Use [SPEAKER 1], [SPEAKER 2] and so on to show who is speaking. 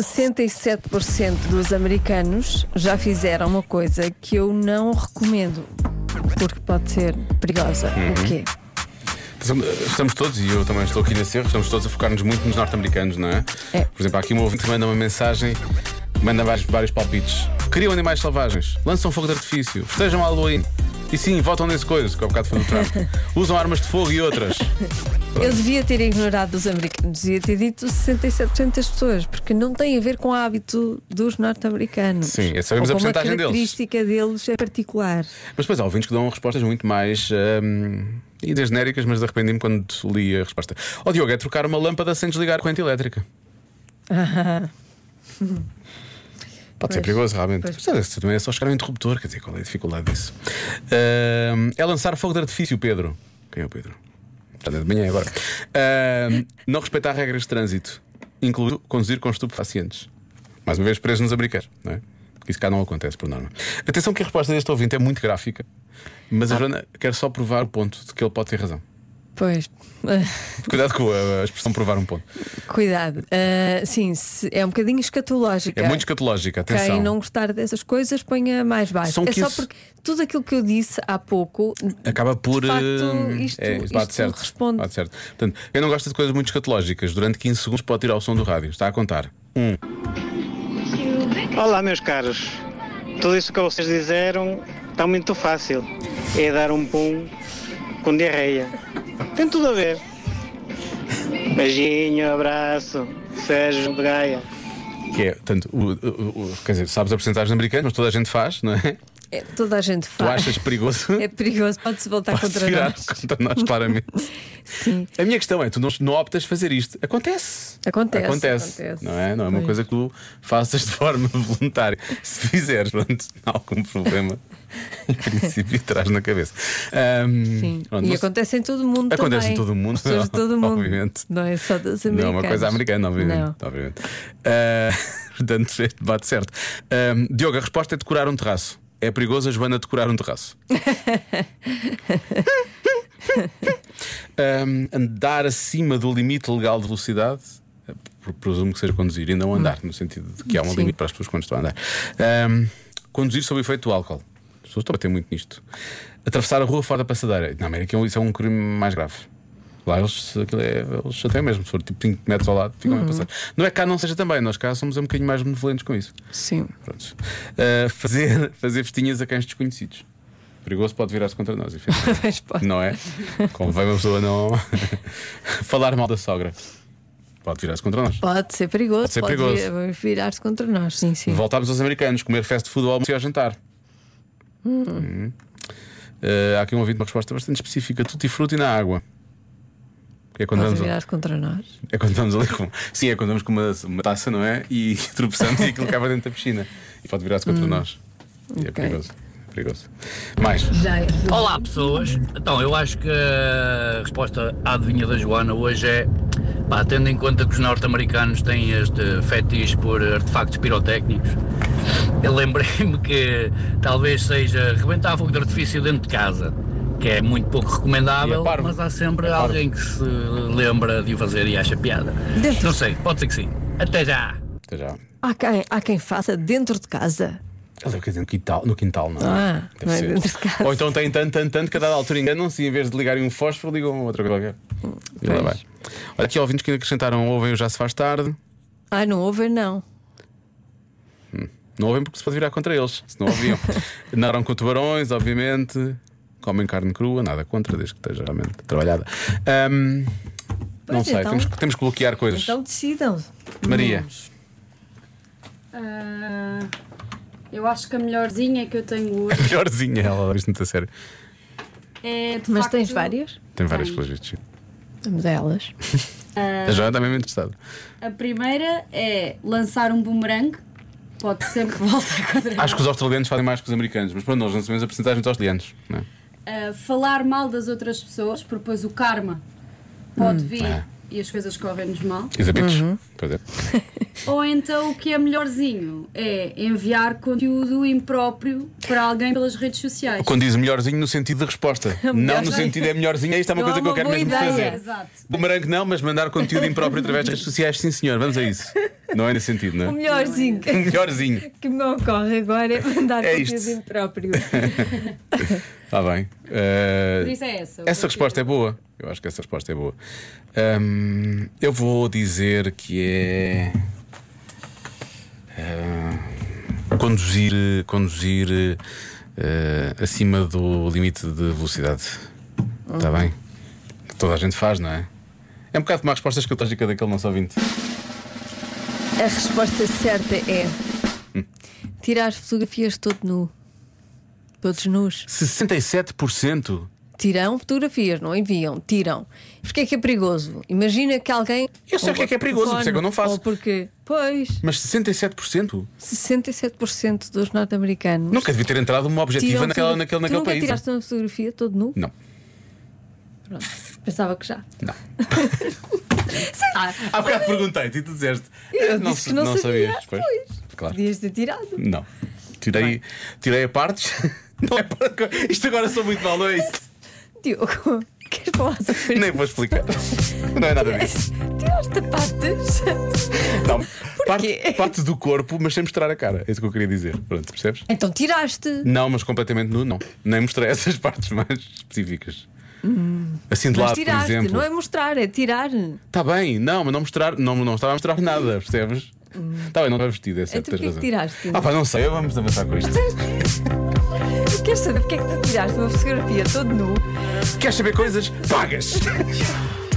[SPEAKER 1] 67% dos americanos já fizeram uma coisa que eu não recomendo, porque pode ser perigosa.
[SPEAKER 2] Uhum.
[SPEAKER 1] O quê?
[SPEAKER 2] Estamos todos, e eu também estou aqui nesse erro, estamos todos a focar-nos muito nos norte-americanos, não é?
[SPEAKER 1] É.
[SPEAKER 2] Por exemplo, há aqui um ouvinte que manda uma mensagem, manda vários, vários palpites. Criam animais selvagens, lançam fogo de artifício, festejam Halloween. E sim, votam nesse coisa, que há bocado foi no tráfico. Usam armas de fogo e outras.
[SPEAKER 1] Eu devia ter ignorado os americanos, devia ter dito 67% das pessoas, porque não tem a ver com o hábito dos norte-americanos.
[SPEAKER 2] Sim, é sabemos
[SPEAKER 1] Ou
[SPEAKER 2] a
[SPEAKER 1] com uma
[SPEAKER 2] percentagem deles.
[SPEAKER 1] característica deles é particular.
[SPEAKER 2] Mas depois há ouvintes que dão respostas muito mais. hum, Ideias genéricas, mas arrependi-me quando li a resposta. Ó Diogo, é trocar uma lâmpada sem desligar a corrente elétrica. Pode
[SPEAKER 1] Pois.
[SPEAKER 2] ser perigoso, realmente.
[SPEAKER 1] Pois.
[SPEAKER 2] Mas olha, se também é só chegar ao interruptor, quer dizer, qual é a dificuldade disso? Ahm, é lançar fogo de artifício, Pedro. Quem é o Pedro? Já de manhã agora. Ahm, não respeitar regras de trânsito, incluindo conduzir com estupefacientes. Mais uma vez, presos nos americanos, não é? Porque isso cá não acontece, por norma. Atenção que a resposta deste ouvinte é muito gráfica, mas a
[SPEAKER 1] Ah.
[SPEAKER 2] Joana quer só provar o ponto de que ele pode ter razão.
[SPEAKER 1] Pois, ah,
[SPEAKER 2] Cuidado com a a expressão provar um ponto.
[SPEAKER 1] cuidado. Ah, sim, se- é um bocadinho escatológica.
[SPEAKER 2] É muito escatológica, atenção.
[SPEAKER 1] Quem não gostar dessas coisas, ponha mais baixo.
[SPEAKER 2] São
[SPEAKER 1] é só
[SPEAKER 2] 15.
[SPEAKER 1] porque tudo aquilo que eu disse há pouco
[SPEAKER 2] Acaba por.
[SPEAKER 1] De facto,
[SPEAKER 2] hum,
[SPEAKER 1] isto-
[SPEAKER 2] é,
[SPEAKER 1] isto
[SPEAKER 2] bate certo,
[SPEAKER 1] responde.
[SPEAKER 2] Bate certo. Portanto, quem não gosta de coisas muito escatológicas, durante 15 segundos pode tirar o som do rádio. Está a contar. Um.
[SPEAKER 3] Olá, meus caros. Tudo isso que vocês disseram está muito fácil. É dar um pum com diarreia. Tem tudo a ver. Beijinho, abraço. Sérgio de Gaia.
[SPEAKER 2] Que é, portanto, o, o- o- quer dizer, sabes a porcentagem americana, mas toda a gente faz, não é?
[SPEAKER 1] é, toda a gente
[SPEAKER 2] Tu
[SPEAKER 1] faz.
[SPEAKER 2] achas perigoso?
[SPEAKER 1] É perigoso, pode-se voltar
[SPEAKER 2] Pode-se
[SPEAKER 1] contra
[SPEAKER 2] virar
[SPEAKER 1] nós.
[SPEAKER 2] contra nós, claramente. A minha questão é: tu não, não optas fazer isto. Acontece.
[SPEAKER 1] Acontece,
[SPEAKER 2] Acontece.
[SPEAKER 1] acontece.
[SPEAKER 2] Não é? Não é uma
[SPEAKER 1] Pois.
[SPEAKER 2] coisa que tu faças de forma voluntária. Se fizeres, pronto, há algum problema. Em princípio, traz na cabeça. Ahm,
[SPEAKER 1] Sim.
[SPEAKER 2] pronto,
[SPEAKER 1] e
[SPEAKER 2] Hum. não sei-
[SPEAKER 1] acontece em todo o mundo
[SPEAKER 2] Acontece
[SPEAKER 1] também.
[SPEAKER 2] em todo o mundo,
[SPEAKER 1] As pessoas de todo o mundo.
[SPEAKER 2] obviamente.
[SPEAKER 1] Não é só dos
[SPEAKER 2] Não é
[SPEAKER 1] americanos.
[SPEAKER 2] uma coisa americana, obviamente. Então.
[SPEAKER 1] Não.
[SPEAKER 2] obviamente. Ah, portanto, este bate certo. Ahm, Diogo, a resposta é decorar um terraço. É perigoso a Joana decorar um terraço. Ahm, andar acima do limite legal de velocidade. eh, pre- Presumo que seja conduzir e não andar, no sentido de que há um
[SPEAKER 1] Sim.
[SPEAKER 2] limite para as pessoas quando estão a andar. Ahm, conduzir sob o efeito do álcool. As pessoas estão a bater muito nisto. Atravessar a rua fora da passadeira. Na América isso é um crime mais grave. Lá eles, aquilo é, eles até mesmo, se for tipo 5 metros ao lado, ficam a passar. Não é que cá não seja também, nós cá somos um bocadinho mais benevolentes com isso.
[SPEAKER 1] Sim.
[SPEAKER 2] Pronto. Ah, fazer, fazer festinhas a cães desconhecidos. Perigoso pode virar-se contra nós, efetivamente.
[SPEAKER 1] Mas pode.
[SPEAKER 2] Não é? Convém uma pessoa não falar mal da sogra. Pode virar-se contra nós.
[SPEAKER 1] Pode ser perigoso.
[SPEAKER 2] Pode ser perigoso.
[SPEAKER 1] vir- eh, virar-se contra nós. Sim, sim.
[SPEAKER 2] Voltámos aos americanos, comer fast food ao almoço e ao jantar. Hum. Eh, há aqui um ouvinte uma resposta bastante específica: tutti frutti na água. Que É quando,
[SPEAKER 1] Pode
[SPEAKER 2] vamos,
[SPEAKER 1] virar-se contra nós.
[SPEAKER 2] é quando vamos ali com. Sim, é quando vamos com uma, uma taça, não é? E tropeçamos e aquilo acaba dentro da piscina. E pode virar-se contra nós. E é
[SPEAKER 1] Ok.
[SPEAKER 2] perigoso. É perigoso. Mais.
[SPEAKER 1] é.
[SPEAKER 4] Olá pessoas, então eu acho que a resposta à adivinha da Joana hoje é pá, tendo em conta que os norte-americanos têm este fetiche por artefactos pirotécnicos eu lembrei-me que talvez seja rebentar fogo de artifício dentro de casa que é muito pouco recomendável
[SPEAKER 2] E é parvo.
[SPEAKER 4] mas há sempre
[SPEAKER 2] É parvo.
[SPEAKER 4] alguém que se lembra de o fazer e acha piada
[SPEAKER 1] Dentro.
[SPEAKER 4] não sei, pode ser que sim, até já
[SPEAKER 2] Até já.
[SPEAKER 1] Há quem, há quem faça dentro de casa.
[SPEAKER 2] Ele deve dizer no quintal, no quintal não.
[SPEAKER 1] Ah,
[SPEAKER 2] Deve
[SPEAKER 1] não é
[SPEAKER 2] ser.
[SPEAKER 1] dentro de casa.
[SPEAKER 2] Ou então tem tanto, tanto, tanto que a dada altura enganam-se e em vez de ligarem um fósforo, ligam outra coisa qualquer. E lá
[SPEAKER 1] pois.
[SPEAKER 2] vai. Olha, aqui há ouvintes que acrescentaram: ouvem o Já Se Faz Tarde.
[SPEAKER 1] Ah, não houve, não.
[SPEAKER 2] Não ouvem porque se pode virar contra eles, se não ouviam. Nadaram com tubarões, obviamente. Comem carne crua, nada contra, desde que esteja realmente trabalhada. Ahm, não
[SPEAKER 1] Pois,
[SPEAKER 2] sei,
[SPEAKER 1] então.
[SPEAKER 2] temos, que- temos que bloquear coisas.
[SPEAKER 1] Então decidam.
[SPEAKER 2] Maria.
[SPEAKER 1] Vamos.
[SPEAKER 5] Ah, eu acho que a melhorzinha que eu tenho hoje
[SPEAKER 2] Melhorzinha, ela leva isto muito a sério.
[SPEAKER 5] é. de
[SPEAKER 1] Mas
[SPEAKER 5] facto,
[SPEAKER 1] tens várias?
[SPEAKER 2] Tem várias
[SPEAKER 5] Tem.
[SPEAKER 2] coisas. sim.
[SPEAKER 1] Vamos a elas.
[SPEAKER 2] A Joana está mesmo interessada.
[SPEAKER 5] A primeira é lançar um boomerang. Pode sempre voltar contra
[SPEAKER 2] Acho que os australianos fazem mais que os americanos, mas pronto, nós não sabemos a porcentagem dos australianos. Não é?
[SPEAKER 5] Ah, falar mal das outras pessoas, porque depois o karma
[SPEAKER 1] Hum.
[SPEAKER 5] pode vir
[SPEAKER 2] É.
[SPEAKER 5] e as coisas correm-nos mal.
[SPEAKER 2] Is a bitch. Pois é.
[SPEAKER 5] Ou então o que é melhorzinho é enviar conteúdo impróprio para alguém pelas redes sociais.
[SPEAKER 2] Quando diz melhorzinho no sentido de resposta. não no
[SPEAKER 1] Melhorzinho.
[SPEAKER 2] sentido é melhorzinho, isto é uma
[SPEAKER 1] Não
[SPEAKER 2] coisa
[SPEAKER 1] é
[SPEAKER 2] que eu
[SPEAKER 1] uma
[SPEAKER 2] quero
[SPEAKER 1] boa
[SPEAKER 2] mesmo
[SPEAKER 1] ideia.
[SPEAKER 2] fazer.
[SPEAKER 5] Exato.
[SPEAKER 2] Bumerangue não, mas mandar conteúdo impróprio através das redes sociais, sim senhor, vamos a isso. Não é nesse sentido,
[SPEAKER 1] O
[SPEAKER 2] não é?
[SPEAKER 1] melhorzinho que
[SPEAKER 2] Melhorzinho.
[SPEAKER 1] que me ocorre agora é mandar
[SPEAKER 2] É isto.
[SPEAKER 1] conteúdo impróprio.
[SPEAKER 2] Está Tá bem. Eh,
[SPEAKER 5] Por isso é essa.
[SPEAKER 2] Essa resposta é boa. Eu acho que essa resposta é boa. Hum, eu vou dizer que é. ah, conduzir. Conduzir eh, acima do limite de velocidade. Está bem? Que toda a gente faz, não é? É um bocado como as respostas que eu estou a daquele nosso ouvinte.
[SPEAKER 1] A resposta certa é
[SPEAKER 2] Hum.
[SPEAKER 1] tirar fotografias todo nu. Todos nus.
[SPEAKER 2] 67%?
[SPEAKER 1] Tiram fotografias, não enviam, tiram. Porquê é que é perigoso? Imagina que alguém.
[SPEAKER 2] Eu sei
[SPEAKER 1] ou
[SPEAKER 2] o que é que é
[SPEAKER 1] por
[SPEAKER 2] perigoso, por isso é que eu não faço.
[SPEAKER 1] Ou porque. Pois,
[SPEAKER 2] Mas 67%?
[SPEAKER 1] 67% dos norte-americanos.
[SPEAKER 2] Nunca devia ter entrado uma objetiva
[SPEAKER 1] tiram
[SPEAKER 2] naquela,
[SPEAKER 1] fotogra-
[SPEAKER 2] naquele,
[SPEAKER 1] Tu
[SPEAKER 2] naquele
[SPEAKER 1] nunca
[SPEAKER 2] país.
[SPEAKER 1] tiraste uma fotografia todo nu?
[SPEAKER 2] Não,
[SPEAKER 1] Pronto. Pensava que já. Ah,
[SPEAKER 2] não.
[SPEAKER 1] Sei lá.
[SPEAKER 2] Há bocado perguntei-te e tu disseste.
[SPEAKER 1] Eu
[SPEAKER 2] "Eh,
[SPEAKER 1] disse que não sabia,
[SPEAKER 2] pois. Claro.
[SPEAKER 1] Podias ter tirado.
[SPEAKER 2] Não. Tirei, tirei a partes. Não é para... Isto agora sou muito mal, não é isso?
[SPEAKER 1] Diogo, queres falar sobre
[SPEAKER 2] Nem vou explicar. Não é nada disso.
[SPEAKER 1] Tiraste patas.
[SPEAKER 2] Não.
[SPEAKER 1] quê?
[SPEAKER 2] Parte, parte do corpo, mas sem mostrar a cara. É isso que eu queria dizer. Pronto, percebes?
[SPEAKER 1] Então tiraste.
[SPEAKER 2] Não, mas completamente nu, não. Nem mostrei essas partes mais específicas. Assim
[SPEAKER 1] Hum. Mas
[SPEAKER 2] de lado, por
[SPEAKER 1] tiraste,
[SPEAKER 2] exemplo.
[SPEAKER 1] não é mostrar, é tirar.
[SPEAKER 2] Está bem, não, mas não mostrar, não, não estava a mostrar nada, percebes? Está bem, não estava vestido, é certo.
[SPEAKER 1] Hum. Então o
[SPEAKER 2] tens
[SPEAKER 1] que é que
[SPEAKER 2] razão.
[SPEAKER 1] tiraste?
[SPEAKER 2] Ah, pá, não sei, vamos avançar com isto.
[SPEAKER 1] Queres saber porque é que tu tiraste uma fotografia todo nu?
[SPEAKER 2] Queres saber coisas? Pagas!